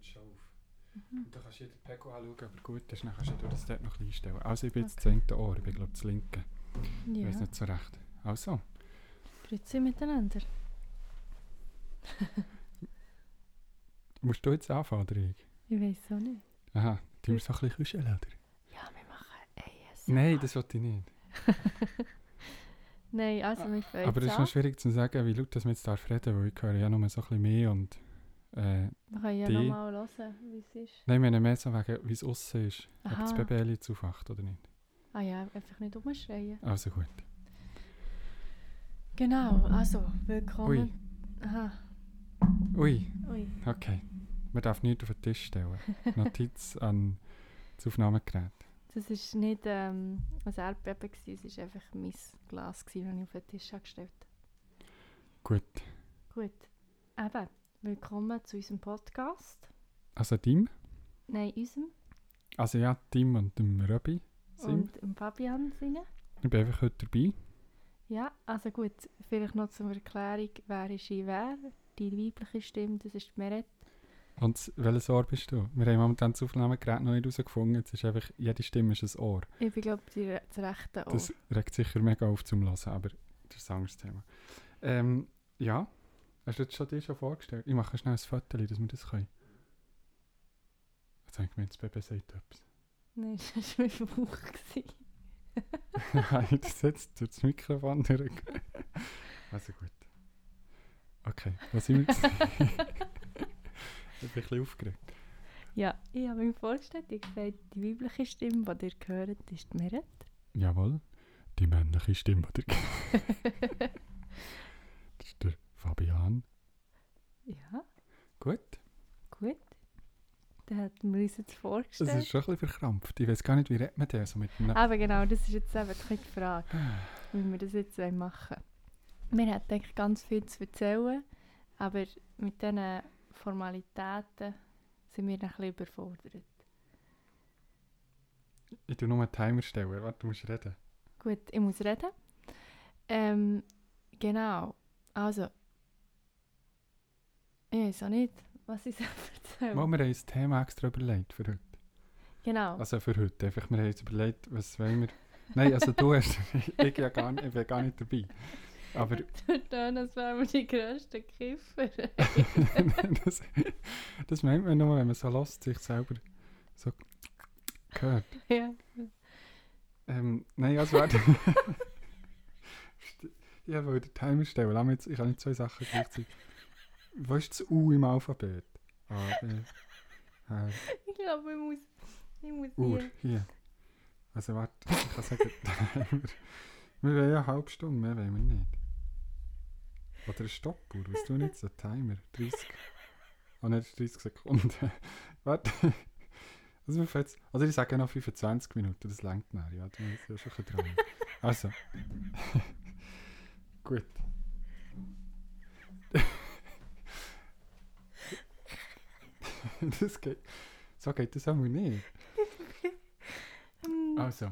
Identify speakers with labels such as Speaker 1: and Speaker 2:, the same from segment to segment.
Speaker 1: Schauf.
Speaker 2: Mhm.
Speaker 1: Und dann kannst du jeden Pego anschauen, ob er gut ist. Dann kannst du dir das dort noch ein bisschen einstellen. Also ich bin jetzt das linke Ohr, ich bin glaube ich das linke. Ich weiß
Speaker 2: Ja,
Speaker 1: nicht so recht. Also,
Speaker 2: grüezi miteinander.
Speaker 1: musst du jetzt anfangen, oder ich?
Speaker 2: Ich weiß auch nicht.
Speaker 1: Aha, du musst so ein bisschen kuscheln, oder?
Speaker 2: Ja, wir machen ASMR.
Speaker 1: Nein, das wollte ich nicht.
Speaker 2: Nein, also wir fangen
Speaker 1: Aber es
Speaker 2: jetzt
Speaker 1: ist
Speaker 2: an.
Speaker 1: noch schwierig zu sagen, wie laut das man jetzt darf reden, weil ich höre ja nur so ein bisschen mehr und... Äh,
Speaker 2: Wir können ja
Speaker 1: die-
Speaker 2: nochmal hören, wie es ist.
Speaker 1: nein, ich meine mehr so wegen, wie es aussen ist. Ob das
Speaker 2: Aha.
Speaker 1: Baby jetzt aufwacht oder nicht.
Speaker 2: Ah ja, einfach nicht rumschreien.
Speaker 1: Also gut.
Speaker 2: Genau, also willkommen.
Speaker 1: Ui,
Speaker 2: Aha,
Speaker 1: ui,
Speaker 2: ui.
Speaker 1: okay. Man darf nichts auf den Tisch stellen. Notiz an das Aufnahmegerät.
Speaker 2: Das war nicht ähm, ein Erdbeben, gewesen, es war einfach mein Glas, gewesen, das ich auf den Tisch gestellt habe.
Speaker 1: Gut.
Speaker 2: Gut, eben, willkommen zu unserem Podcast.
Speaker 1: Also Tim,
Speaker 2: Nein, unserem
Speaker 1: also ja, Tim und dem Robby sind.
Speaker 2: und dem Fabian seinen.
Speaker 1: Ich bin einfach heute dabei.
Speaker 2: Ja, also gut, vielleicht noch zur Erklärung, wer ist ich wer. Die weibliche Stimme, das ist die Meret.
Speaker 1: Und s- welches Ohr bist du? Wir haben momentan das Aufnahmegerät noch nicht herausgefunden. Jetzt ist einfach, jede Stimme ist ein Ohr.
Speaker 2: Ich bin, glaube ich, das rechte Ohr.
Speaker 1: Das regt sicher mega auf zum Hören, aber das ist ein anderes Thema. Ähm, ja, hast du dir schon, dir schon vorgestellt? Ich mache schnell ein Foto, dass wir das können. Jetzt habe ich gemeint, das Baby sagt etwas.
Speaker 2: Nein, das war mein Bauch. gewesen.
Speaker 1: Nein, das setzt durch das Mikrofon durch. Also gut. Okay, was sind wir jetzt? ich bin ein bisschen aufgeregt.
Speaker 2: Ja, ich habe mir vorgestellt, ich gesagt, die weibliche Stimme, die ihr hört, ist die Meret.
Speaker 1: Jawohl, die männliche Stimme. Oder? Das ist der Fabian.
Speaker 2: ja,
Speaker 1: Gut,
Speaker 2: gut. Dann hätten wir uns jetzt
Speaker 1: das ist
Speaker 2: vorgestellt.
Speaker 1: schon ein bisschen verkrampft. Ich weiß gar nicht, wie redet man den so mit einem...
Speaker 2: Aber genau, das ist jetzt eben die Frage, wie wir das jetzt machen wollen. Wir hätten eigentlich ganz viel zu erzählen, aber mit diesen Formalitäten sind wir ein bisschen überfordert.
Speaker 1: Ich tu nur einen Timer stellen. Warte, du musst reden.
Speaker 2: Gut, ich muss reden. Ähm, genau, also. Ich weiß auch nicht, was ich soll erzählen
Speaker 1: Mal, wir haben uns ein Thema extra überlegt für heute.
Speaker 2: Genau.
Speaker 1: Also für heute. Einfach, wir haben uns überlegt, was wollen wir. Nein, also du hast. ich, ja gar nicht, ich bin gar nicht dabei. Aber
Speaker 2: Tut an, als wären wir die grössten Kiffer.
Speaker 1: das, das meint man nur, wenn man so lässt, sich selber so hört.
Speaker 2: ja.
Speaker 1: Ähm, nein, also warte. ja, weil den Timer stellen. Lass mich jetzt, ich habe nicht zwei Sachen gleichzeitig. Wo ist das U im Alphabet? A, E, B, R.
Speaker 2: Ich glaube, ich muss. Ich muss
Speaker 1: Uhr,
Speaker 2: hier.
Speaker 1: hier. Also warte, ich kann sagen, Timer. wir wollen ja eine halbe Stunde, mehr wollen wir nicht. Oder eine Stoppuhr, was du nicht so Timer, 30. Ah nein, das ist 30 Sekunden. warte. Also, wir fangen jetzt, also ich sage noch 25 Minuten, das längt nachher, ja, du bist ja schon ein bisschen dran. Also. Gut. das geht. So geht das einmal nicht.
Speaker 2: Hm,
Speaker 1: Also,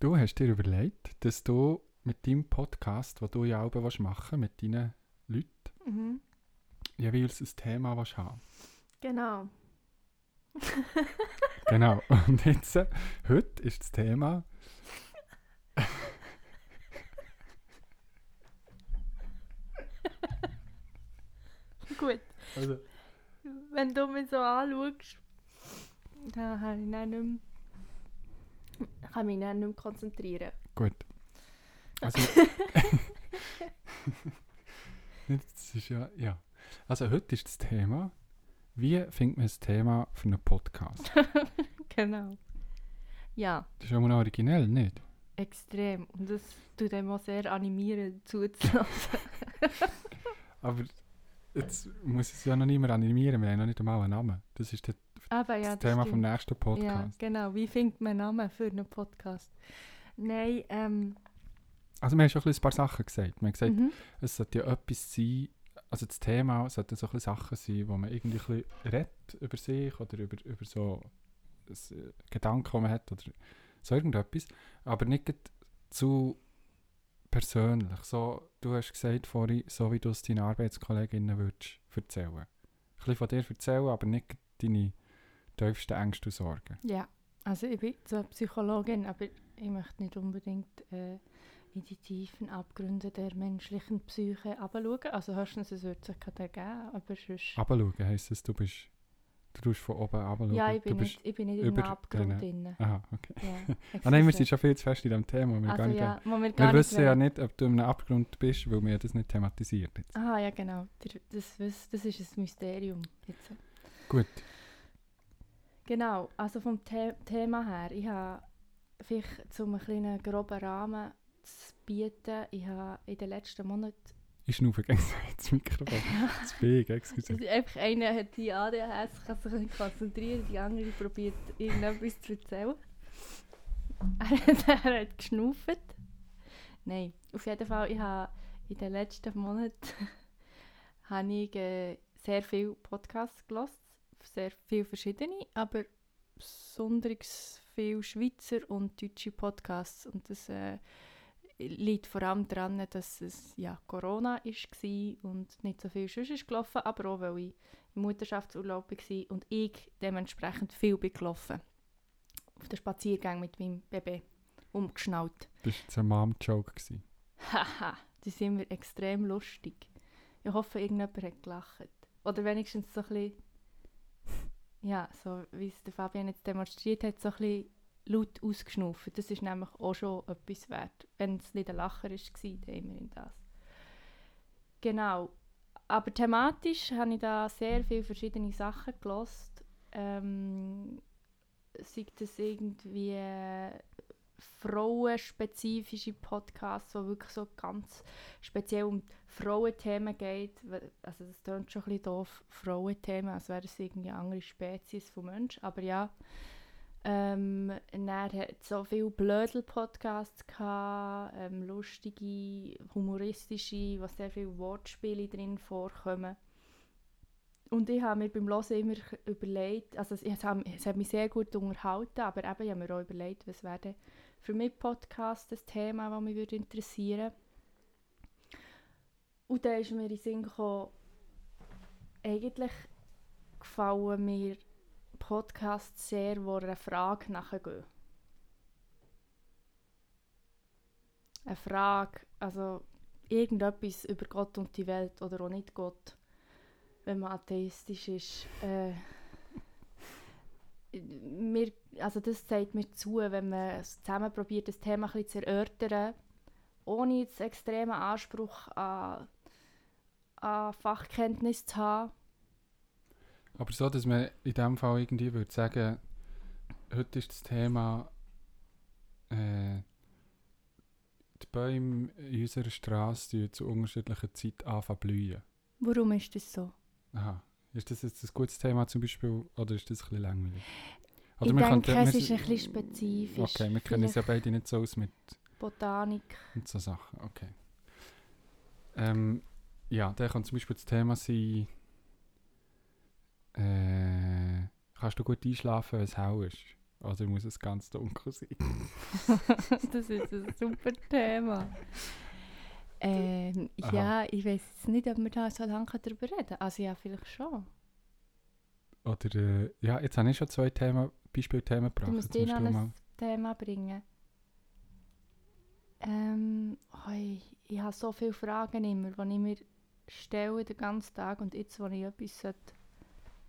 Speaker 1: du hast dir überlegt, dass du mit deinem Podcast, den du ja auch machen willst, mit deinen Leuten,
Speaker 2: mhm.
Speaker 1: jeweils ein Thema willst haben
Speaker 2: Genau.
Speaker 1: Genau. Und jetzt, äh, heute ist das Thema...
Speaker 2: Gut.
Speaker 1: Also,
Speaker 2: Wenn du mich so anschaust, dann kann ich dann nicht mehr, kann mich dann nicht mehr konzentrieren.
Speaker 1: gut. Also... Nicht, das ist ja... Ja. Also, heute ist das Thema... Wie findet man ein Thema für einen Podcast?
Speaker 2: genau. Ja,
Speaker 1: Das ist ja mal noch originell, nicht?
Speaker 2: extrem. Und das tut einem auch sehr animieren, zuzulassen.
Speaker 1: Aber jetzt muss ich es ja noch nicht mehr animieren, wir haben noch nicht einmal einen Namen. Das ist der
Speaker 2: Aber ja,
Speaker 1: das Thema vom
Speaker 2: stimmt.
Speaker 1: nächsten Podcast.
Speaker 2: Ja, genau. Wie findet man einen Namen für einen Podcast? Nein, ähm...
Speaker 1: Also wir haben schon ein bisschen ein paar Sachen gesagt. Wir haben gesagt,
Speaker 2: mhm.
Speaker 1: es sollte ja etwas sein, also das Thema sollte so ein bisschen Sachen sein, wo man irgendwie ein bisschen redet über sich oder über, über so ein, äh, Gedanken, die man hat oder so irgendetwas, aber nicht gerade zu persönlich. So, du hast gesagt vorhin, so wie du es deinen Arbeitskolleginnen würdest erzählen. Ein bisschen von dir erzählen, aber nicht gerade deine tiefsten Ängste und Sorgen?
Speaker 2: Ja, also ich bin zwar Psychologin, aber ich möchte nicht unbedingt äh, in die tiefen Abgründe der menschlichen Psyche abschauen. Also höchstens, es würde sich gerade ergeben, aber sonst...
Speaker 1: Abschauen heisst es, du bist... Du tust von oben abschauen.
Speaker 2: ja, ich bin,
Speaker 1: du bist,
Speaker 2: nicht, ich bin nicht in
Speaker 1: über
Speaker 2: einem Abgrund drin.
Speaker 1: Aha, okay.
Speaker 2: Ja,
Speaker 1: Ah nein, wir
Speaker 2: exakt.
Speaker 1: sind schon viel zu fest in diesem Thema. Wir,
Speaker 2: also
Speaker 1: gar nicht,
Speaker 2: ja, wo wir gar
Speaker 1: wir
Speaker 2: nicht
Speaker 1: wissen ja
Speaker 2: wollen.
Speaker 1: nicht, ob du in einem Abgrund bist, weil wir das nicht thematisiert haben.
Speaker 2: Ah ja, genau. Der- Das, das, das ist ein Mysterium. Jetzt.
Speaker 1: Gut.
Speaker 2: Genau, also vom The Thema her, ich habe vielleicht zum einen kleinen groben Rahmen zu bieten, ich habe in den letzten Monaten
Speaker 1: Ich schnaufe gegen das Mikrofon. Das B, gell, excuse.
Speaker 2: Also einfach einer hat die ADHS, kann sich nicht konzentrieren, die andere probiert irgendetwas zu erzählen. Er hat, er hat geschnauft. Nein, auf jeden Fall, ich habe in den letzten Monaten habe ich äh, sehr viele Podcasts gelesen, sehr viele verschiedene, aber besonders viele Schweizer und deutsche Podcasts und das äh, liegt vor allem daran, dass es ja, Corona war und nicht so viel sonst ist gelaufen, aber auch weil ich im Mutterschaftsurlaub war und ich dementsprechend viel bin gelaufen auf den Spaziergang mit meinem Baby umgeschnallt.
Speaker 1: Das war jetzt ein Mom-Joke. gewesen.
Speaker 2: Haha, die sind mir extrem lustig. Ich hoffe, irgendjemand hat gelacht. Oder wenigstens so ein bisschen, ja, so wie es der Fabian jetzt demonstriert hat, so ein bisschen laut ausgeschnuffen. Das ist nämlich auch schon etwas wert. Wenn es nicht ein Lacher war, dann immerhin das. Genau. Aber thematisch habe ich da sehr viele verschiedene Sachen gelost. Ähm, sei das irgendwie äh, frauenspezifische Podcasts, wo wirklich so ganz speziell um Frauenthemen geht. We- Also das klingt schon ein bisschen doof, Frauenthemen, als wäre es irgendwie eine andere Spezies von Mensch, aber ja. Ähm, dann hat es so viele Blödel-Podcasts gehabt, ähm, lustige, humoristische, wo sehr viele Wortspiele drin vorkommen. Und ich habe mir beim Hören immer überlegt, also es, es, hat, es hat mich sehr gut unterhalten, aber eben, ich habe mir auch überlegt, was wäre denn für mich Podcast das Thema, das mich würde interessieren würde. Und dann ist mir in den Sinn gekommen, eigentlich gefallen mir Podcasts sehr, die einer Frage nachgehen. Eine Frage, also irgendetwas über Gott und die Welt oder auch nicht Gott, wenn man atheistisch ist. Äh, mir, also das zeigt mir zu, wenn man zusammen probiert, das Thema ein bisschen zu erörtern, ohne jetzt extremen Anspruch an, an Fachkenntnis zu haben.
Speaker 1: Aber so, dass man in dem Fall irgendwie würde sagen, heute ist das Thema äh, die Bäume in unserer Straße die zu unterschiedlicher Zeit anfangen zu blühen.
Speaker 2: Warum ist das so?
Speaker 1: Aha. Ist das jetzt ein gutes Thema zum Beispiel oder ist das ein bisschen langweilig?
Speaker 2: ich
Speaker 1: man
Speaker 2: denke,
Speaker 1: könnte-
Speaker 2: es
Speaker 1: Also wir-
Speaker 2: ist ein bisschen spezifisch.
Speaker 1: Okay, wir kennen uns ja
Speaker 2: Vielleicht
Speaker 1: beide nicht so aus mit,
Speaker 2: Botanik.
Speaker 1: mit so Sachen. Okay. Ähm, ja, da kann zum Beispiel das Thema sein, äh, kannst du gut einschlafen, wenn es hell ist? Oder muss es ganz dunkel sein?
Speaker 2: das ist ein super Thema. Ähm,
Speaker 1: Aha.
Speaker 2: ja, ich weiß jetzt nicht, ob wir da so lange darüber reden. Also ja, vielleicht schon.
Speaker 1: Oder, äh, ja, jetzt habe ich schon zwei Themen, Beispielthemen
Speaker 2: Du
Speaker 1: gebracht. Jetzt
Speaker 2: musst dir
Speaker 1: musst
Speaker 2: noch
Speaker 1: du mal-
Speaker 2: ein Thema bringen. Ähm, hoi, ich habe so viele Fragen immer, die ich mir stelle den ganzen Tag und jetzt, wo ich etwas sollte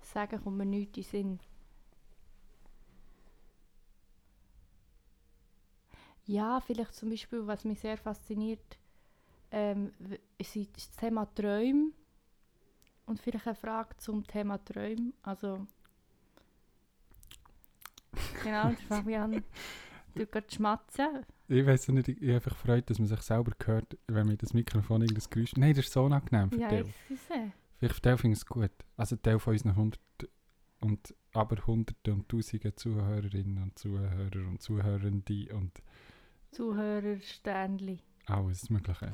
Speaker 2: sagen sollte, kommt mir nichts in den Sinn. Ja, vielleicht zum Beispiel, was mich sehr fasziniert, ähm, w- sind- ist das Thema Träume und vielleicht eine Frage zum Thema Träume, also... Genau, der Fabian, du kannst schmatzen.
Speaker 1: Ich weiß nicht, ich ich habe einfach Freude, dass man sich selber hört, wenn man das Mikrofon irgendein Geräusch... Nein, das ist so unangenehm für
Speaker 2: Ja,
Speaker 1: dich.
Speaker 2: excuse.
Speaker 1: Vielleicht für Teil finde ich es gut. Also Teil von unseren hundert und aber hunderte und tausende Zuhörerinnen und Zuhörer und Zuhörende und
Speaker 2: Zuhörer Sternli.
Speaker 1: alles Mögliche.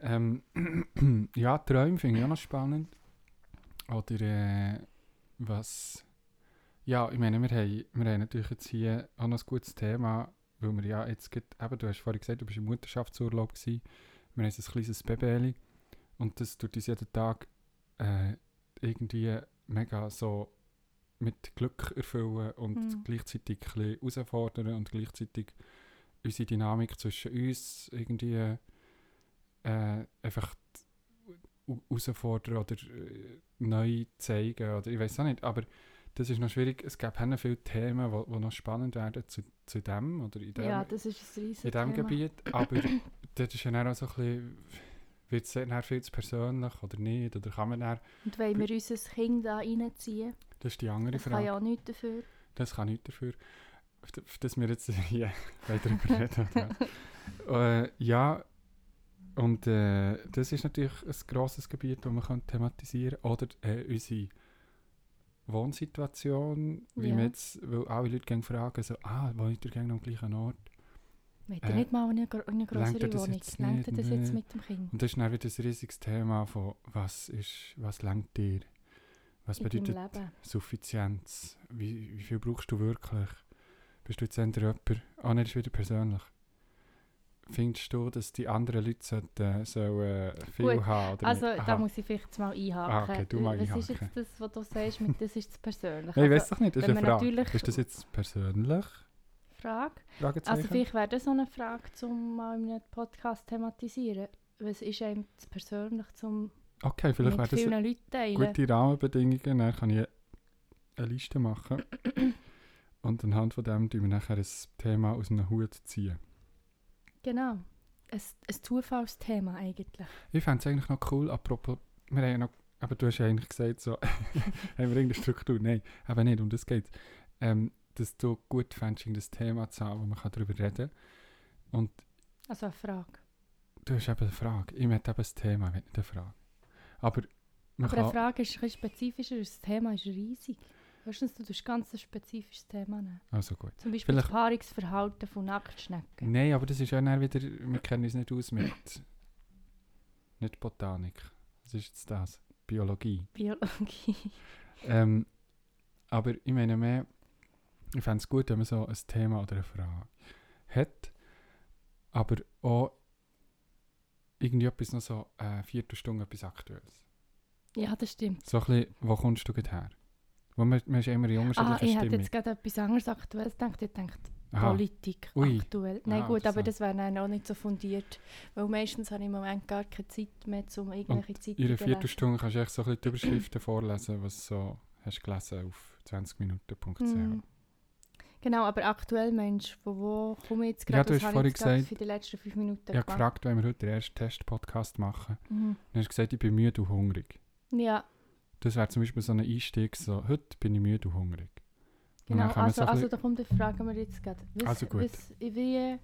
Speaker 1: Ähm, ja, Träume finde ich auch noch spannend. Oder äh, was... Ja, ich meine, wir haben, wir haben natürlich jetzt hier auch noch ein gutes Thema, weil wir ja jetzt gerade, eben, du hast vorhin gesagt, du bist im Mutterschaftsurlaub gewesen. Wir haben jetzt ein kleines Baby und das tut uns jeden Tag äh, irgendwie mega so mit Glück erfüllen und
Speaker 2: Mhm.
Speaker 1: gleichzeitig ein bisschen herausfordern und gleichzeitig unsere Dynamik zwischen uns irgendwie äh, einfach u- herausfordern oder äh, neu zeigen oder ich weiß auch nicht, aber das ist noch schwierig. Es gibt auch viele Themen, die, die noch spannend werden zu, zu dem oder in dem
Speaker 2: Ja, das ist ein
Speaker 1: in
Speaker 2: riesiges
Speaker 1: diesem
Speaker 2: Thema.
Speaker 1: Gebiet, aber dort ist ja dann auch so ein bisschen, wird es dann viel zu persönlich oder nicht, oder kann man dann,
Speaker 2: Und wenn wir unser Kind da reinziehen,
Speaker 1: das ist die andere
Speaker 2: das kann
Speaker 1: Frage,
Speaker 2: ja auch nichts dafür.
Speaker 1: das kann nichts dafür, F- f- dass wir jetzt hier weiter darüber reden. oder? äh, ja, und äh, das ist natürlich ein grosses Gebiet, das man kann thematisieren kann, oder äh, unsere Wohnsituation, wie
Speaker 2: Ja.
Speaker 1: man jetzt, weil alle Leute gerne fragen, so, ah, wohnt ihr gerne am gleichen Ort?
Speaker 2: Wollt
Speaker 1: Äh,
Speaker 2: ihr nicht mal eine, gro- eine
Speaker 1: lenkt ihr
Speaker 2: größere
Speaker 1: das
Speaker 2: Wohnung?
Speaker 1: jetzt
Speaker 2: Lenkt ihr
Speaker 1: nicht?
Speaker 2: das jetzt
Speaker 1: Nee.
Speaker 2: mit dem Kind?
Speaker 1: Und das ist dann wieder ein riesiges Thema von was ist, was langt dir? Was
Speaker 2: in deinem
Speaker 1: bedeutet
Speaker 2: Leben?
Speaker 1: Suffizienz? Wie, wie viel brauchst du wirklich? Bist du jetzt eher jemand? Ah, nein, das ist wieder persönlich. Findest du, dass die anderen Leute sollten, sollen äh, viel
Speaker 2: Gut,
Speaker 1: haben? Oder
Speaker 2: Also,
Speaker 1: nicht?
Speaker 2: da
Speaker 1: Aha.
Speaker 2: muss ich vielleicht jetzt mal einhaken.
Speaker 1: Ah, okay, du mal
Speaker 2: was ist
Speaker 1: einhaken.
Speaker 2: jetzt das, was du sagst, mit das ist das Persönliche?
Speaker 1: Nein, ich
Speaker 2: Also,
Speaker 1: weiß doch nicht, das ist
Speaker 2: wenn
Speaker 1: eine
Speaker 2: man
Speaker 1: Frage.
Speaker 2: natürlich-
Speaker 1: Ist das jetzt persönlich?
Speaker 2: Frage.
Speaker 1: Fragezeichen?
Speaker 2: Also vielleicht wäre das so eine Frage, zum mal in einem Podcast thematisieren. Was ist einem zu persönlich, zum
Speaker 1: okay, vielleicht wäre
Speaker 2: mit
Speaker 1: das
Speaker 2: vielen Leuten teilen?
Speaker 1: gute Rahmenbedingungen, dann kann ich eine Liste machen. Und anhand von dem ziehen wir nachher ein Thema aus einem Hut ziehen.
Speaker 2: Genau. Ein, ein Zufallsthema eigentlich.
Speaker 1: Ich fände es eigentlich noch cool, apropos, wir haben ja noch, aber du hast ja eigentlich gesagt, so, haben wir irgendeine Struktur? Nein, eben nicht, um das geht ähm, Dass du gut fändest, das Thema zu haben, wo man kann darüber reden kann. Und
Speaker 2: Also eine Frage.
Speaker 1: du hast eben eine Frage. Ich möchte eben ein Thema, ich möchte nicht eine Frage. Aber man
Speaker 2: Aber eine
Speaker 1: kann...
Speaker 2: Frage ist ein bisschen spezifischer, das Thema ist riesig. Erstens, du tust ganz ein spezifisches Thema nehmen.
Speaker 1: Also gut.
Speaker 2: Zum Beispiel
Speaker 1: Vielleicht-
Speaker 2: das Paarungsverhalten von Nacktschnecken.
Speaker 1: Nein, aber das ist ja dann wieder, wir kennen uns nicht aus mit, nicht Botanik, was ist jetzt das? Biologie.
Speaker 2: Biologie.
Speaker 1: Ähm, aber ich meine mehr, ich fände es gut, wenn man so ein Thema oder eine Frage hat, aber auch irgendwie etwas noch so äh, Viertelstunde etwas Aktuelles.
Speaker 2: Ja, das stimmt.
Speaker 1: So ein bisschen, wo kommst du gerade her? Wo man, man ist ja immer in
Speaker 2: Ah,
Speaker 1: unterschiedlichen
Speaker 2: ich hätte
Speaker 1: Stimmung.
Speaker 2: jetzt gerade etwas anderes Aktuelles gedacht. Ich dachte,
Speaker 1: Aha.
Speaker 2: Politik
Speaker 1: Ui.
Speaker 2: aktuell. Nein,
Speaker 1: Ah,
Speaker 2: gut, aber
Speaker 1: interessant.
Speaker 2: das wäre dann auch nicht so fundiert. Weil meistens habe ich im Moment gar keine Zeit mehr, um irgendwelche
Speaker 1: In
Speaker 2: Zeitungen
Speaker 1: einer
Speaker 2: zu
Speaker 1: Viertelstunde kannst du echt so ein bisschen die Überschriften vorlesen, was so hast du gelesen auf 20minuten.ch.
Speaker 2: Mhm. Genau, aber aktuell, Mensch, von wo komme ich jetzt
Speaker 1: Ja,
Speaker 2: gerade?
Speaker 1: du
Speaker 2: Was
Speaker 1: hast
Speaker 2: habe ich
Speaker 1: vorhin
Speaker 2: jetzt gerade
Speaker 1: gesagt,
Speaker 2: für die letzten fünf Minuten
Speaker 1: Ich habe gefragt, wenn wir heute den ersten Test-Podcast machen.
Speaker 2: Mhm.
Speaker 1: Dann hast du gesagt, ich bin müde und hungrig.
Speaker 2: Ja,
Speaker 1: Das wäre zum Beispiel so ein Einstieg, so, heute bin ich müde und hungrig. Und
Speaker 2: genau.
Speaker 1: dann können wir
Speaker 2: Also,
Speaker 1: so ein
Speaker 2: also
Speaker 1: bisschen-
Speaker 2: da kommt die Frage, wir jetzt gerade. Was,
Speaker 1: Also gut.
Speaker 2: Was, wie,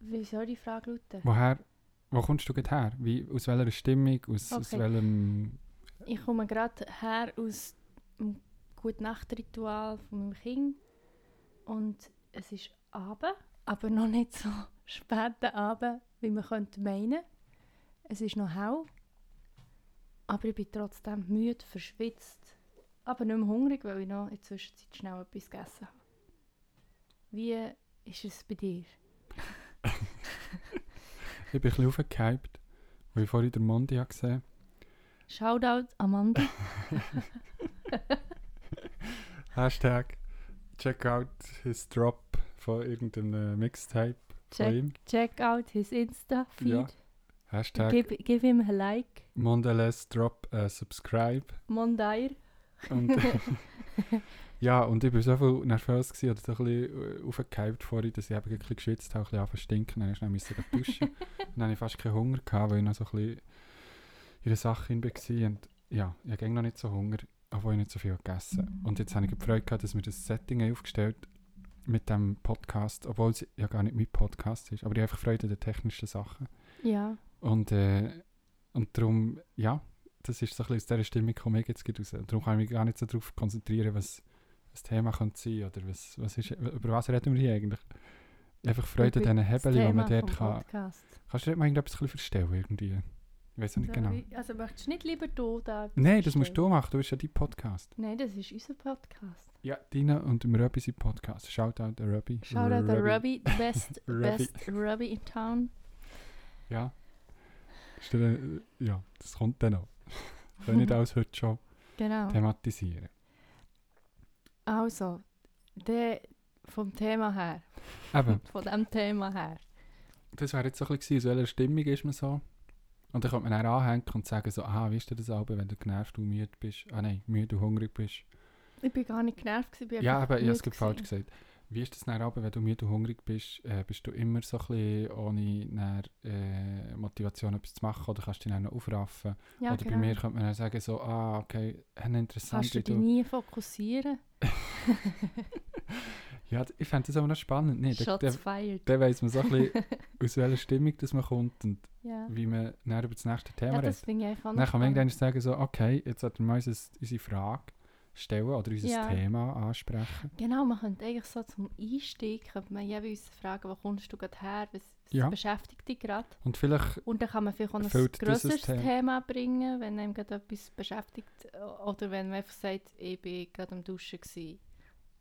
Speaker 2: wie soll die Frage lauten?
Speaker 1: Woher, wo kommst du gerade her? Wie, aus welcher Stimmung, aus, aus
Speaker 2: Okay.
Speaker 1: welchem...
Speaker 2: Ich komme gerade her aus dem Gute-Nacht-Ritual von meinem Kind. Und es ist Abend, aber noch nicht so später Abend, wie man könnte meinen. Es ist noch hell. Aber ich bin trotzdem müde, verschwitzt. Aber nicht mehr hungrig, weil ich noch in der Zwischenzeit schnell etwas gegessen habe. Wie ist es bei dir?
Speaker 1: Ich bin ein bisschen aufgehypt, weil ich vorhin den Mondi habe gesehen
Speaker 2: Shoutout Amanda.
Speaker 1: Hashtag check out his drop von irgendeinem Mixtape von
Speaker 2: Check,
Speaker 1: ihm.
Speaker 2: check out his Insta-Feed.
Speaker 1: Hashtag
Speaker 2: give, give him a like.
Speaker 1: Mondelez drop a subscribe.
Speaker 2: Mondair.
Speaker 1: Und, äh, ja, und ich war so viel nervös gewesen, oder so ein bisschen äh, aufgehypt vorhin, dass ich eben ein bisschen geschwitzt habe, ein bisschen anfangen zu stinken, dann musste ich schnell müssen gehen duschen. und dann hatte ich fast keinen Hunger, gehabt, weil ich noch so ein bisschen in der Sache hin war. Und ja, ich hatte noch nicht so Hunger, obwohl ich nicht so viel gegessen habe. Und jetzt habe ich die Freude gehabt, dass wir das Setting haben aufgestellt mit dem Podcast, obwohl es ja gar nicht mein Podcast ist, aber ich habe einfach Freude an den technischen Sachen.
Speaker 2: Ja.
Speaker 1: Und, äh, und darum, ja, das ist so ein bisschen aus dieser Stimmung komme ich jetzt gerade raus. Darum kann ich mich gar nicht so darauf konzentrieren, was das Thema könnte sein oder was, was ist, über was reden wir hier eigentlich. Einfach Freude an
Speaker 2: Über
Speaker 1: diesen Hebeln, die man
Speaker 2: Thema
Speaker 1: dort
Speaker 2: vom
Speaker 1: kann.
Speaker 2: Podcast.
Speaker 1: Kannst du dort mal irgendetwas ein bisschen verstellen irgendwie? Ich weiß auch nicht genau.
Speaker 2: Sorry. Also möchtest du nicht lieber du da... etwas
Speaker 1: Nein, das musst
Speaker 2: verstellen?
Speaker 1: du machen, du bist ja dein Podcast.
Speaker 2: Nein, das ist unser Podcast.
Speaker 1: Ja, deine und im Röbi sind Podcast. Shoutout der Röbi.
Speaker 2: Shoutout der Ruby, the best,
Speaker 1: Ruby.
Speaker 2: best Ruby in town.
Speaker 1: Ja. Ist dir, äh, ja, das kommt dann auch. Können wir nicht alles heute schon
Speaker 2: Genau.
Speaker 1: thematisieren.
Speaker 2: Also, der vom Thema her,
Speaker 1: Eben,
Speaker 2: von dem Thema her.
Speaker 1: das wäre jetzt so ein bisschen, gewesen, aus welcher Stimmung ist man so. Und dann könnte man dann anhängen und sagen so, aha, wie ist denn das Album, wenn du genervt und müde bist? Ah nein, müde und hungrig bist.
Speaker 2: Ich bin gar nicht genervt. Gewesen, bin
Speaker 1: Ja,
Speaker 2: einfach
Speaker 1: aber ich habe es gerade
Speaker 2: müde
Speaker 1: falsch
Speaker 2: gewesen.
Speaker 1: gesagt. Wie ist das dann aber, wenn du müde und hungrig bist, äh, bist du immer so ein bisschen ohne dann, äh, Motivation etwas zu machen oder kannst du dich dann noch aufraffen?
Speaker 2: Ja,
Speaker 1: oder
Speaker 2: genau.
Speaker 1: bei mir könnte man dann sagen so, ah, okay, haben interessant,
Speaker 2: Kannst du
Speaker 1: wie
Speaker 2: dich
Speaker 1: du...
Speaker 2: nie fokussieren?
Speaker 1: Ja, d- ich fände das aber noch spannend, nicht? Dann,
Speaker 2: Shots
Speaker 1: dann,
Speaker 2: fired.
Speaker 1: dann weiss man so ein bisschen, aus welcher Stimmung das man kommt und
Speaker 2: Ja.
Speaker 1: wie man dann über das nächste Thema
Speaker 2: ja, das
Speaker 1: redet.
Speaker 2: finde ich eigentlich auch noch
Speaker 1: Dann kann man
Speaker 2: spannend.
Speaker 1: irgendwann sagen so, okay, jetzt sollten wir unsere, unsere Frage stellen oder unser
Speaker 2: Ja.
Speaker 1: Thema ansprechen.
Speaker 2: Genau, man könnte eigentlich so zum Einstieg, könnte man jeweils fragen, wo kommst du gerade her, was, was
Speaker 1: Ja.
Speaker 2: beschäftigt dich gerade?
Speaker 1: Und vielleicht
Speaker 2: Und dann kann man vielleicht auch ein
Speaker 1: Erfüllt dieses
Speaker 2: grösseres
Speaker 1: Thema.
Speaker 2: Thema. bringen, wenn einem gerade etwas beschäftigt. äh, Oder wenn man einfach sagt, ich bin gerade am Duschen gewesen.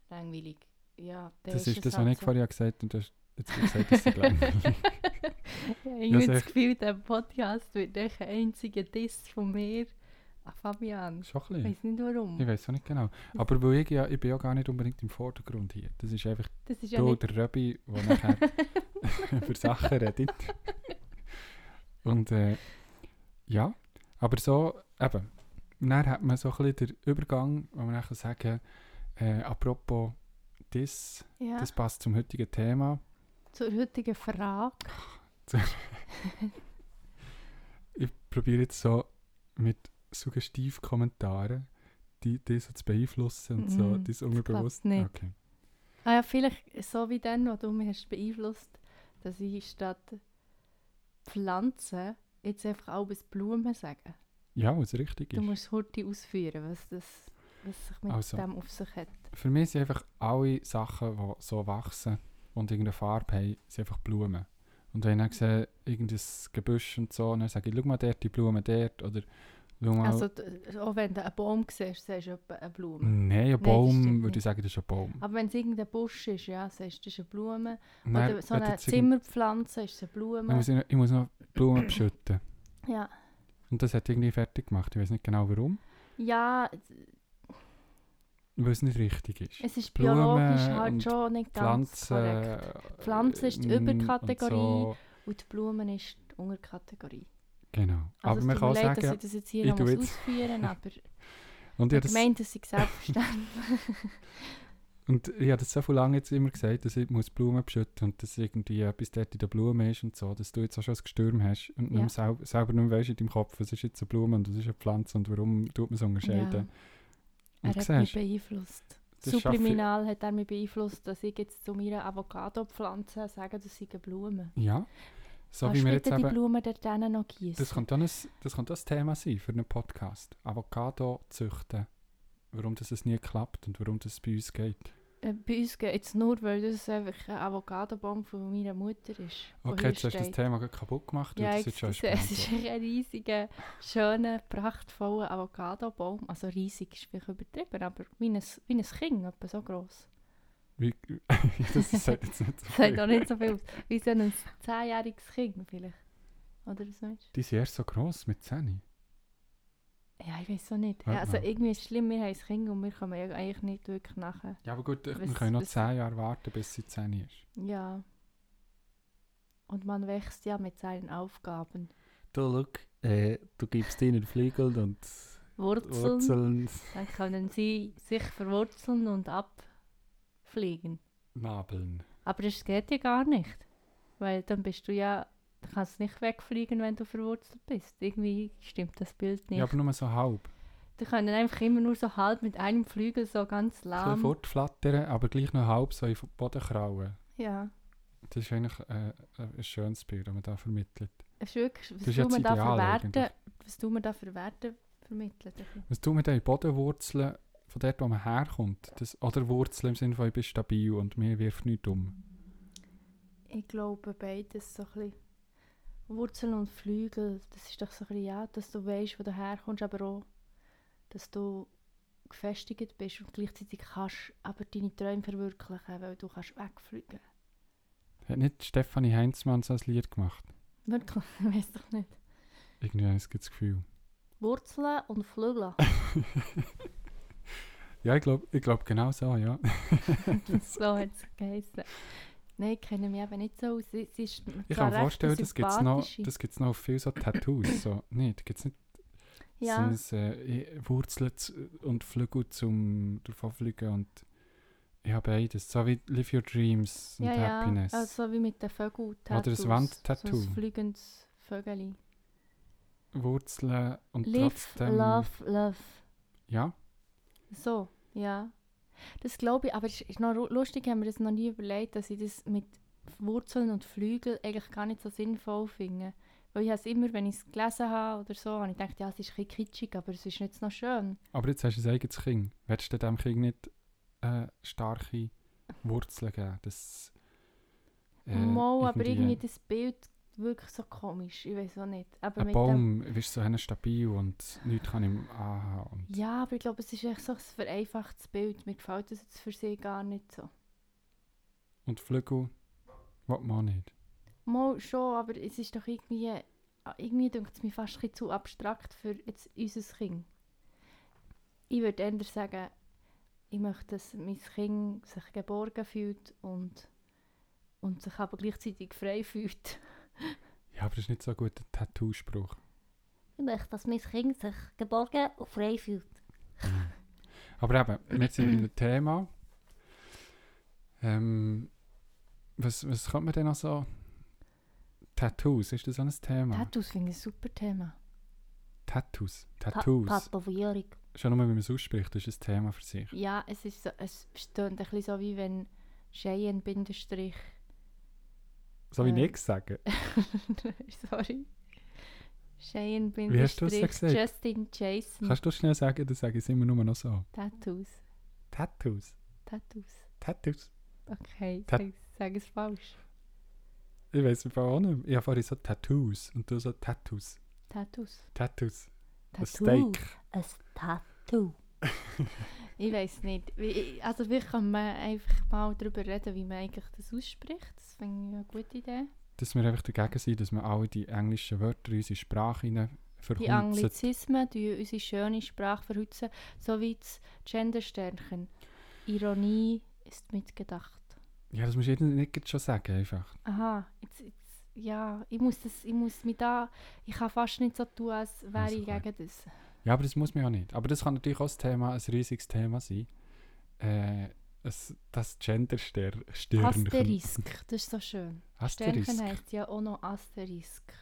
Speaker 2: Langweilig. Ja, dann
Speaker 1: Das
Speaker 2: es
Speaker 1: ist das, was
Speaker 2: halt
Speaker 1: ich
Speaker 2: so.
Speaker 1: vorher gesagt habe. Und du hast jetzt gesagt, dass ich glaube.
Speaker 2: Ich habe irgendwie das
Speaker 1: sicher.
Speaker 2: Gefühl, der Podcast wird echt ein einziger Diss von mir an Fabian.
Speaker 1: Schon ein bisschen.
Speaker 2: Ich weiß nicht warum.
Speaker 1: Ich weiß auch nicht genau. Aber weil ich, ja, ich bin ja gar nicht unbedingt im Vordergrund hier. Das ist einfach
Speaker 2: Das ist ja
Speaker 1: du,
Speaker 2: nicht...
Speaker 1: der Röbi, der nachher über Sachen redet. Und äh, ja, aber so eben. Und Dann hat man so ein bisschen den Übergang, wo man dann kann sagen äh, apropos das,
Speaker 2: Ja,
Speaker 1: das passt zum heutigen Thema.
Speaker 2: zur heutigen Frage.
Speaker 1: ich probiere jetzt so mit Suggestivkommentaren die, die so zu beeinflussen und so,
Speaker 2: Mhm,
Speaker 1: das unbewusst.
Speaker 2: klappt nicht.
Speaker 1: Okay.
Speaker 2: Ah ja, vielleicht so wie dann, was du mich hast beeinflusst, dass ich statt Pflanzen jetzt einfach alles Blumen sage.
Speaker 1: Ja, was richtig
Speaker 2: Du
Speaker 1: ist.
Speaker 2: musst heute ausführen, was, das, was sich mit
Speaker 1: Also.
Speaker 2: dem auf sich hat.
Speaker 1: Für mich sind einfach alle Sachen, die so wachsen und irgendeine Farbe haben, sind einfach Blumen. Und wenn ich dann sehe, irgendein Gebüsch und so, und dann sage ich, schau mal dort, die Blume dort, oder schau mal...
Speaker 2: Also, d- auch wenn du einen Baum siehst, siehst du etwa eine Blume.
Speaker 1: Nein, ein
Speaker 2: das stimmt
Speaker 1: Baum, würde
Speaker 2: nicht. Ah,
Speaker 1: ich sagen, das ist ein Baum.
Speaker 2: Aber wenn es irgendein Busch ist, ja, siehst du, das ist eine Blume.
Speaker 1: Dann-
Speaker 2: Oder so
Speaker 1: wenn
Speaker 2: eine
Speaker 1: jetzt irgend-
Speaker 2: Zimmerpflanze ist es eine
Speaker 1: dann
Speaker 2: Blume.
Speaker 1: muss ich, noch- ich muss noch Blumen beschütten.
Speaker 2: Ja,
Speaker 1: Und das hat irgendwie fertig gemacht. Ich weiß nicht genau warum,
Speaker 2: ja
Speaker 1: weil es nicht richtig ist.
Speaker 2: es ist
Speaker 1: Blumen
Speaker 2: biologisch
Speaker 1: und
Speaker 2: halt schon nicht ganz korrekt.
Speaker 1: Pflanzen.
Speaker 2: Pflanze ist die
Speaker 1: äh, mm, und
Speaker 2: Überkategorie.
Speaker 1: So.
Speaker 2: Und die Blumen ist die Unterkategorie.
Speaker 1: Genau.
Speaker 2: Also
Speaker 1: aber man
Speaker 2: es tut
Speaker 1: kann
Speaker 2: mir leid, dass
Speaker 1: sagen,
Speaker 2: ich das jetzt
Speaker 1: ich
Speaker 2: hier noch
Speaker 1: tu
Speaker 2: muss
Speaker 1: jetzt-
Speaker 2: ausführen aber
Speaker 1: und ich,
Speaker 2: ich
Speaker 1: habe das,
Speaker 2: meinte, es sei selbstverständlich.
Speaker 1: und ich habe das so viel lange jetzt immer gesagt, dass ich muss Blumen beschütten und dass irgendwie etwas dort in der Blume ist und so, dass du jetzt auch schon ein Gestürm hast und
Speaker 2: Ja.
Speaker 1: ja. selber, selber nicht mehr weißt in deinem Kopf, was ist jetzt eine Blume und was ist eine Pflanze und warum tut man es unterscheiden.
Speaker 2: Er
Speaker 1: Und
Speaker 2: hat mich
Speaker 1: siehst,
Speaker 2: beeinflusst.
Speaker 1: das schaffe ich-
Speaker 2: Subliminal hat er mich beeinflusst, dass ich jetzt zu meiner Avocado-Pflanze sage, das seien Blumen.
Speaker 1: ja, so
Speaker 2: Kannst
Speaker 1: wie
Speaker 2: du
Speaker 1: wir jetzt
Speaker 2: bitte Ah, die
Speaker 1: eben,
Speaker 2: Blumen dort drinnen noch gießen?
Speaker 1: das könnte auch ein, das könnte auch ein Thema sein für einen Podcast, Avocado züchten, warum das es nie klappt und warum das bei uns geht.
Speaker 2: Äh, bei uns geht es nur, weil das einfach ein Avocadobaum von meiner Mutter ist. der
Speaker 1: Okay,
Speaker 2: hier
Speaker 1: jetzt hast du das
Speaker 2: steht.
Speaker 1: Thema gerade kaputt gemacht.
Speaker 2: Ja,
Speaker 1: und
Speaker 2: ich,
Speaker 1: das ist schon
Speaker 2: das,
Speaker 1: spannend.
Speaker 2: es ist ein riesiger, schöner, prachtvoller Avocadobaum. Also riesig ist vielleicht übertrieben, aber wie ein, wie ein Kind, etwa so gross.
Speaker 1: Wie, das sagt jetzt nicht so
Speaker 2: Sagt
Speaker 1: viel.
Speaker 2: auch nicht so viel aus. Wie so ein zehnjähriges Kind vielleicht. Oder so ist
Speaker 1: Die sind erst so gross mit 10.
Speaker 2: Ja, ich weiß auch nicht.
Speaker 1: Warte
Speaker 2: Ja, also
Speaker 1: mal.
Speaker 2: irgendwie ist es schlimm, wir haben ein Kind und wir kommen ja eigentlich nicht wirklich nachher.
Speaker 1: Ja, aber gut, wir
Speaker 2: Was-
Speaker 1: können noch
Speaker 2: was-
Speaker 1: 10 Jahre warten, bis sie 10 ist.
Speaker 2: Ja. Und man wächst ja mit seinen Aufgaben.
Speaker 3: Du, look, äh, du gibst ihnen Flügel und
Speaker 2: Wurzeln,
Speaker 3: Wurzeln.
Speaker 2: dann können sie sich verwurzeln und abfliegen.
Speaker 1: Nabeln.
Speaker 2: Aber das geht ja gar nicht. Weil dann bist du ja, du kannst nicht wegfliegen, wenn du verwurzelt bist. Irgendwie stimmt das Bild nicht.
Speaker 1: Ja, aber nur so halb.
Speaker 2: Die können einfach immer nur so halb mit einem Flügel so ganz
Speaker 1: Ein bisschen
Speaker 2: lahm.
Speaker 1: fortflattern, aber gleich noch halb so in den Boden krauen.
Speaker 2: Ja.
Speaker 1: Das ist eigentlich äh, ein schönes Bild, das man da vermittelt.
Speaker 2: Es ist wirklich, was
Speaker 1: Das ist
Speaker 2: du
Speaker 1: ja das
Speaker 2: mir da
Speaker 1: Ideal
Speaker 2: verwerten,
Speaker 1: eigentlich.
Speaker 2: was du mir da verwerten vermittelt. ein bisschen.
Speaker 1: Was tut man da in den Boden wurzeln, von dort, wo man herkommt? Das, oder Wurzeln im Sinne von, ich bin stabil und mir wirft nichts um.
Speaker 2: Ich glaube beides so ein bisschen. Wurzeln und Flügel, das ist doch so ein bisschen, ja, dass du weißt, wo du herkommst, aber auch, dass du gefestigt bist und gleichzeitig kannst aber deine Träume verwirklichen, weil du kannst wegfliegen.
Speaker 1: Hat nicht Stefanie Heinzmann so ein Lied gemacht?
Speaker 2: Wirklich, ich weiß doch nicht.
Speaker 1: Irgendwie habe ich das Gefühl.
Speaker 2: Wurzeln und Flügel.
Speaker 4: Ja, ich glaube ich glaub genau so, ja.
Speaker 2: so hat es geheißen. Nein, ich kenne mich eben nicht so aus. Sie, sie ist
Speaker 4: Ich
Speaker 2: zwar
Speaker 4: kann mir
Speaker 2: recht
Speaker 4: vorstellen, das gibt es noch,
Speaker 2: sympathische-
Speaker 4: das gibt's noch auf viel so Tattoos. So. Nein, da gibt es nicht
Speaker 2: ja,
Speaker 4: so ein äh, Wurzeln zu- und Flügel zum davon fliegen und ich habe beides. So wie Live Your Dreams und
Speaker 2: ja,
Speaker 4: Happiness.
Speaker 2: ja. Also wie mit den Vögeln.
Speaker 4: ein Wandtattoo.
Speaker 2: So ein fliegendes Vögeli.
Speaker 4: Wurzeln und
Speaker 2: Live,
Speaker 4: trotzdem...
Speaker 2: love, love.
Speaker 4: Ja,
Speaker 2: So, ja. Das glaube ich, aber es ist noch ru- lustig, haben wir das noch nie überlegt, dass ich das mit Wurzeln und Flügeln eigentlich gar nicht so sinnvoll finde. Weil ich habe es immer, wenn ich es gelesen habe oder so, habe ich gedacht, ja, es ist ein bisschen kitschig, aber es ist jetzt noch schön.
Speaker 4: aber jetzt hast du ein eigenes Kind. Willst du dem Kind nicht äh, starke Wurzeln geben? Das... äh,
Speaker 2: Mal, aber irgendwie
Speaker 4: irgendwie
Speaker 2: das Bild wirklich so komisch, ich weiß auch nicht. Aber
Speaker 4: Ein
Speaker 2: mit dem,
Speaker 4: Baum wirst du so hin stabil und nichts kann ihm anhaben. und-
Speaker 2: ja, aber ich glaube, es ist echt so ein vereinfachtes Bild. Mir gefällt das jetzt für sie gar nicht so.
Speaker 4: Und Flügel will man auch nicht.
Speaker 2: Mal schon, aber es ist doch irgendwie, ah, irgendwie denkt es mir fast ein bisschen zu abstrakt für jetzt unser Kind. Ich würde eher sagen, ich möchte, dass mein Kind sich geborgen fühlt und, und sich aber gleichzeitig frei fühlt.
Speaker 4: Ja, aber das ist nicht so ein guter Tattoo-Spruch.
Speaker 5: Ich möchte, dass mein Kind sich geborgen und frei fühlt.
Speaker 4: Aber eben, wir sind in einem Thema. Ähm, was, was kommt man denn noch so? Tattoos, ist das so ein Thema?
Speaker 2: Tattoos finde ich ein super Thema.
Speaker 4: Tattoos.
Speaker 5: Ta-
Speaker 4: Tattoos.
Speaker 5: Tätowierung.
Speaker 4: Schon nur, wenn man es ausspricht, ist es ein Thema für sich.
Speaker 2: Ja, es ist so, es stöhnt ein bisschen so wie wenn Cheyenne Bindestrich
Speaker 4: Soll ich
Speaker 2: Ähm.
Speaker 4: nichts sagen?
Speaker 2: Sorry. Cheyenne
Speaker 4: Wie hast du es
Speaker 2: Bindestrich
Speaker 4: gesagt?
Speaker 2: Justin Jason
Speaker 4: Kannst du schnell sagen, dann sage ich es immer nur noch so.
Speaker 2: Tattoos.
Speaker 4: Tattoos.
Speaker 2: Tattoos.
Speaker 4: Tattoos.
Speaker 2: Okay,
Speaker 4: Ta-
Speaker 2: sag, sag es falsch.
Speaker 4: Ich weiß im Fall auch nicht. mehr. Ich habe vorhin so Tattoos und du so Tattoos.
Speaker 2: Tattoos.
Speaker 4: Tattoos. Ein
Speaker 5: Tattoo.
Speaker 4: Steak.
Speaker 5: Ein Tattoo.
Speaker 2: Ich weiß nicht. Wie- ich- Also vielleicht kann man einfach mal darüber reden, wie man eigentlich das ausspricht. Das finde ich eine gute Idee.
Speaker 4: Dass wir einfach dagegen sind, dass wir alle die englischen Wörter in unsere Sprache hinein
Speaker 2: Die
Speaker 4: verhunzen.
Speaker 2: Anglizismen die unsere schöne Sprache verhützen, sowie das Gendersternchen. Ironie ist mitgedacht.
Speaker 4: Ja, das musst du jedem nicht gerade schon sagen, einfach.
Speaker 2: Aha, jetzt, jetzt ja, ich muss das, ich muss mich da, ich kann fast nicht so tun, als wäre
Speaker 4: Also
Speaker 2: ich
Speaker 4: gut.
Speaker 2: gegen das.
Speaker 4: Ja, aber das muss man ja nicht. Aber das kann natürlich auch ein Thema, ein riesiges Thema sein. Äh, es, das Gender-Sternchen.
Speaker 2: Asterisk, das ist so schön. Sternchen
Speaker 4: Asterisk.
Speaker 2: heisst ja auch noch Asterisk.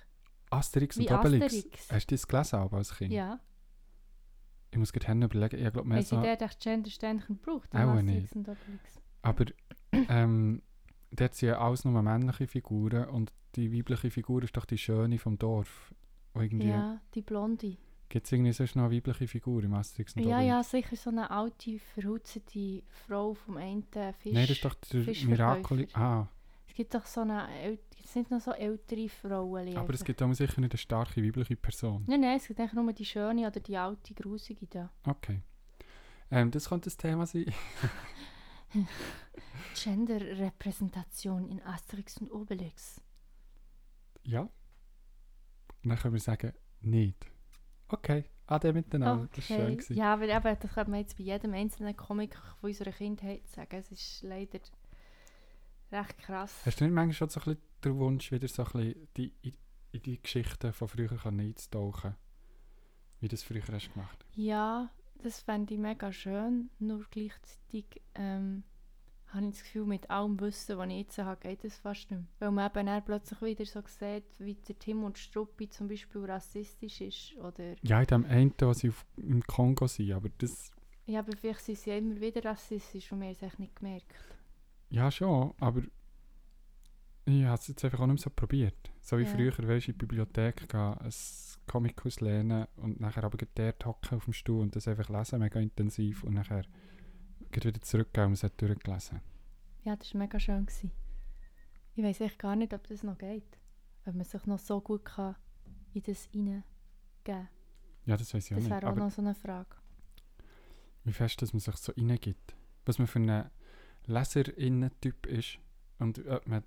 Speaker 4: Asterix und
Speaker 2: Wie
Speaker 4: Obelix.
Speaker 2: Asterix.
Speaker 4: Hast du das gelesen aber als Kind?
Speaker 2: Ja.
Speaker 4: Ich muss gerade hin überlegen. Ich glaube, mehr
Speaker 2: Wenn sie
Speaker 4: so...
Speaker 2: der echt Gender-Sternchen braucht,
Speaker 4: Auch
Speaker 2: dann hast du
Speaker 4: nicht.
Speaker 2: jetzt einen Doppelix.
Speaker 4: Aber ähm, dort sind ja alles nur männliche Figuren und die weibliche Figur ist doch die Schöne vom Dorf. Und Irgendwie
Speaker 2: Ja, die Blonde.
Speaker 4: Gibt es irgendwie sonst noch eine weibliche Figur im Asterix und
Speaker 2: Ja,
Speaker 4: Obelix?
Speaker 2: ja, sicher so eine alte, verhutzte Frau vom einen Fisch.
Speaker 4: Nein, das ist doch der
Speaker 2: Fischverkäufer.
Speaker 4: Miracoli... Ah,
Speaker 2: Es gibt doch so eine, äl- es sind noch so ältere Frauen.
Speaker 4: aber es
Speaker 2: einfach.
Speaker 4: gibt auch sicher nicht eine starke weibliche Person.
Speaker 2: Nein, nein, es gibt eigentlich nur die schöne oder die alte, grusige da.
Speaker 4: Okay. Ähm, das könnte das Thema sein.
Speaker 2: Gender-Repräsentation in Asterix und Obelix.
Speaker 4: ja. Dann können wir sagen, nicht. Okay, ade miteinander. Das war schön. gewesen.
Speaker 2: Ja, aber eben, das könnte man jetzt bei jedem einzelnen Comic von unserer Kindheit sagen. Es ist leider recht krass.
Speaker 4: Hast du nicht manchmal schon so ein bisschen den Wunsch, wieder so ein bisschen die, in, in die Geschichten von früher kann einzutauchen? Wie das früher hast du gemacht.
Speaker 2: Ja, das fände ich mega schön. Nur gleichzeitig ähm, habe ich das Gefühl, mit allem Wissen, was ich jetzt habe, geht das fast nicht mehr. Weil man eben dann plötzlich wieder so sieht, wie der Tim und Struppi zum Beispiel rassistisch ist. Oder
Speaker 4: Ja, in dem einen, was sie auf, im Kongo sind, aber das...
Speaker 2: ja, aber vielleicht sind sie ja immer wieder rassistisch und wir haben es echt nicht gemerkt.
Speaker 4: Ja, schon, aber... Ich habe es jetzt einfach auch nicht mehr so probiert. So wie
Speaker 2: Ja.
Speaker 4: früher, weisst du, in die Bibliothek gehen, ein Comic auslehnen und nachher aber gleich dort hocken auf dem Stuhl und das einfach lesen, mega intensiv und nachher gleich wieder zurückgehen und es hat durchgelesen.
Speaker 2: Ja, das war mega schön. Gewesen. Ich weiß echt gar nicht, ob das noch geht. Ob man sich noch so gut kann in das hineingeben kann.
Speaker 4: Ja, das weiß ich auch
Speaker 2: Das
Speaker 4: nicht.
Speaker 2: wäre auch
Speaker 4: Aber
Speaker 2: noch so eine Frage.
Speaker 4: wie fest, dass man sich so reingibt. Was man für einen Leserinnen-Typ ist und ob man...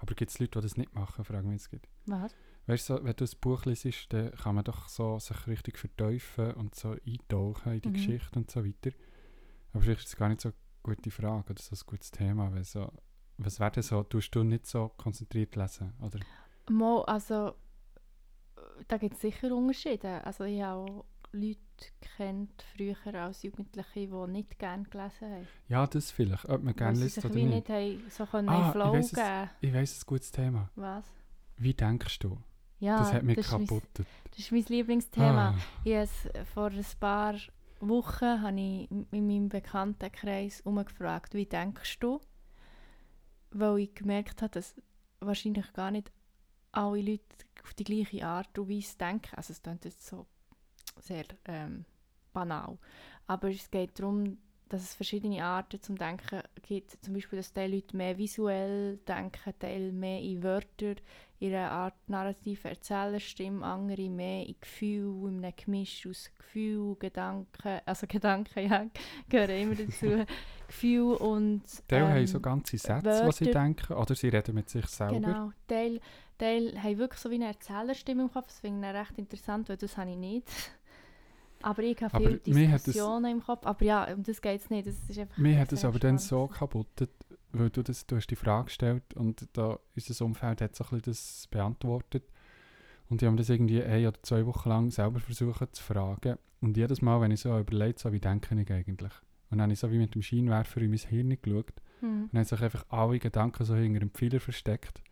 Speaker 4: Aber gibt es Leute, die das nicht machen, fragen wir jetzt gerade.
Speaker 2: Was?
Speaker 4: Weißt du, so, wenn du ein Buch liest, dann kann man doch so sich richtig vertiefen und so eintauchen in die
Speaker 2: Mhm.
Speaker 4: Geschichte und so weiter. Aber Aber vielleicht ist es gar nicht so eine gute Frage oder so ein gutes Thema. Weil so, was wäre denn so? Tust du nicht so konzentriert lesen? Oder?
Speaker 2: Mal, also, da gibt es sicher Unterschiede. Also ich habe auch Leute kennt früher als Jugendliche, die nicht gerne gelesen haben.
Speaker 4: Ja, das vielleicht. Ob man
Speaker 2: weil
Speaker 4: gerne
Speaker 2: sie
Speaker 4: liest
Speaker 2: sich
Speaker 4: oder
Speaker 2: wie nicht
Speaker 4: nicht.
Speaker 2: haben, so können
Speaker 4: Ah,
Speaker 2: ah,
Speaker 4: ich
Speaker 2: Flow
Speaker 4: weiss es.
Speaker 2: geben.
Speaker 4: Ich weiss, ein gutes Thema.
Speaker 2: Was?
Speaker 4: Wie denkst du?
Speaker 2: Ja,
Speaker 4: das hat mich
Speaker 2: Ah, ist mein-
Speaker 4: kaputtet.
Speaker 2: das ist mein Lieblingsthema.
Speaker 4: Ah,
Speaker 2: Ich has- vor ein paar Wochen habe ich in in meinem Bekanntenkreis umgefragt, wie denkst du? Weil ich gemerkt habe, dass wahrscheinlich gar nicht alle Leute auf die gleiche Art und Weise denken. Also es klingt jetzt so sehr ähm, banal. Aber es geht darum, dass es verschiedene Arten zum Denken gibt. Zum Beispiel, dass die Leute mehr visuell denken, Teil mehr in Wörter ihre Art narrativ Erzählerstimme, andere mehr in Gefühl, in einem Gemisch aus Gefühl, Gedanken, also Gedanken, ja, gehören immer dazu, Gefühl und
Speaker 4: Teil haben
Speaker 2: ähm,
Speaker 4: so ganze Sätze,
Speaker 2: Wörter-
Speaker 4: was sie denken. Oder sie reden mit sich selber.
Speaker 2: Genau, Teil, Teil haben wirklich so wie eine Erzählerstimme im Kopf, das finde ich dann recht interessant, weil das habe ich nicht. Aber ich habe
Speaker 4: Aber
Speaker 2: viele
Speaker 4: mir hat das-
Speaker 2: Diskussionen im Kopf, aber ja, um das geht es nicht, das ist einfach...
Speaker 4: Mir hat
Speaker 2: sehr
Speaker 4: es aber dann so
Speaker 2: spannend.
Speaker 4: kaputtet, weil du, das, du hast die Frage gestellt und da unser Umfeld hat so ein bisschen das beantwortet. Und die haben das irgendwie ein oder zwei Wochen lang selber versucht zu fragen. Und jedes Mal, wenn ich so überlegt, so wie denke ich eigentlich? Und dann habe ich so wie mit dem Scheinwerfer in mein Hirn geschaut
Speaker 2: Hm.
Speaker 4: und haben sich einfach alle Gedanken so hinter dem Pfeiler versteckt.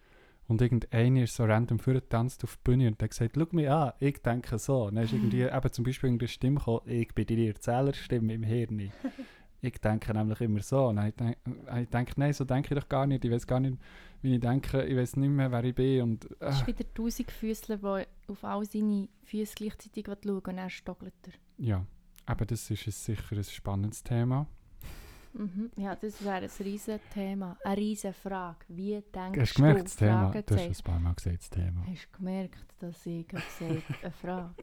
Speaker 4: Und irgendeiner ist so random vorgetanzt auf die Bühne und hat gesagt, schau mich an, ich denke so. Und dann ist irgendwie eben zum Beispiel irgendeine Stimme gekommen, ich bin die Erzählerstimme im Hirn. Ich denke nämlich immer so. Und dann habe ich gedacht- ich denke, nein, so denke ich doch gar nicht. Ich weiß gar nicht, wie ich denke. Ich weiß nicht mehr, wer ich bin. Und, äh,
Speaker 2: Das ist wieder tausend Füßler, die auf all seine Füße gleichzeitig schauen wollen und dann stockelt er.
Speaker 4: ja, aber das ist ein, sicher ein spannendes Thema.
Speaker 2: Mhm. Ja, das wäre ein riesen Thema, eine riesen Frage. Wie denkst
Speaker 4: Hast du gemerkt,
Speaker 2: du?
Speaker 4: das Thema? Du hast
Speaker 2: Fragezeichen.
Speaker 4: es ein paar Mal gesagt, das Thema.
Speaker 2: Hast du gemerkt, dass ich gerade gesagt habe, eine Frage?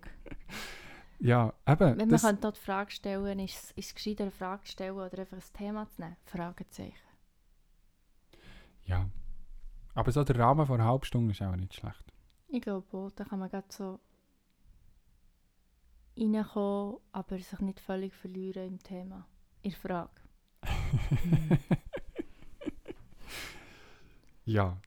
Speaker 4: Ja, eben.
Speaker 2: Wenn man
Speaker 4: das-
Speaker 2: könnte auch die Frage stellen ist es- ist es gescheiter, eine Frage zu stellen oder einfach ein Thema zu nehmen? Fragezeichen.
Speaker 4: Ja. Aber so der Rahmen von einer halben Stunde ist auch nicht schlecht.
Speaker 2: Ich glaube auch, da kann man gerade so reinkommen, aber sich nicht völlig verlieren im Thema, in der Frage.
Speaker 4: Mhm. ja.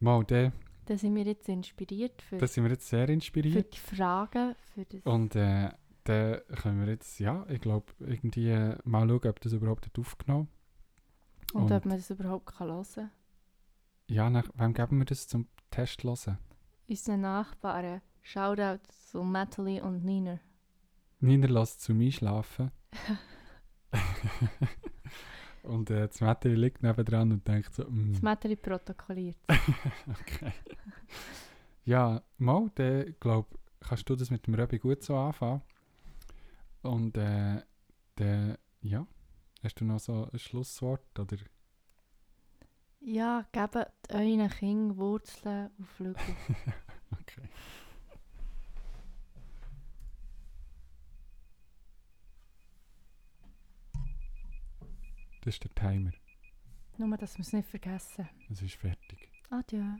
Speaker 4: Mal, der,
Speaker 2: Da sind wir jetzt inspiriert für,
Speaker 4: da sind wir jetzt sehr
Speaker 2: für
Speaker 4: inspiriert.
Speaker 2: die Fragen, für das...
Speaker 4: Und äh, dann können wir jetzt, ja, ich glaube, irgendwie äh, mal schauen, ob das überhaupt hat aufgenommen
Speaker 2: Und,
Speaker 4: Und-
Speaker 2: ob man das überhaupt kann hören kann.
Speaker 4: Ja, nach, wem geben wir das zum Test hören?
Speaker 2: Unsere Nachbarn, äh, Shoutout zu Natalie und Nina.
Speaker 4: Niederlass zum Einschlafen. und äh, das Mädchen liegt nebendran und denkt so, mm.
Speaker 2: Das Mädchen protokolliert.
Speaker 4: okay. Ja, mal, dann glaube kannst du das mit dem Röbi gut so anfangen. Und äh, dann, ja, hast du noch so ein Schlusswort? Oder?
Speaker 2: Ja, gebt euren Kindern Wurzeln und Flügel.
Speaker 4: Okay. Das ist der Timer.
Speaker 2: Nur, dass wir es nicht vergessen.
Speaker 4: Es ist fertig.
Speaker 2: Adieu.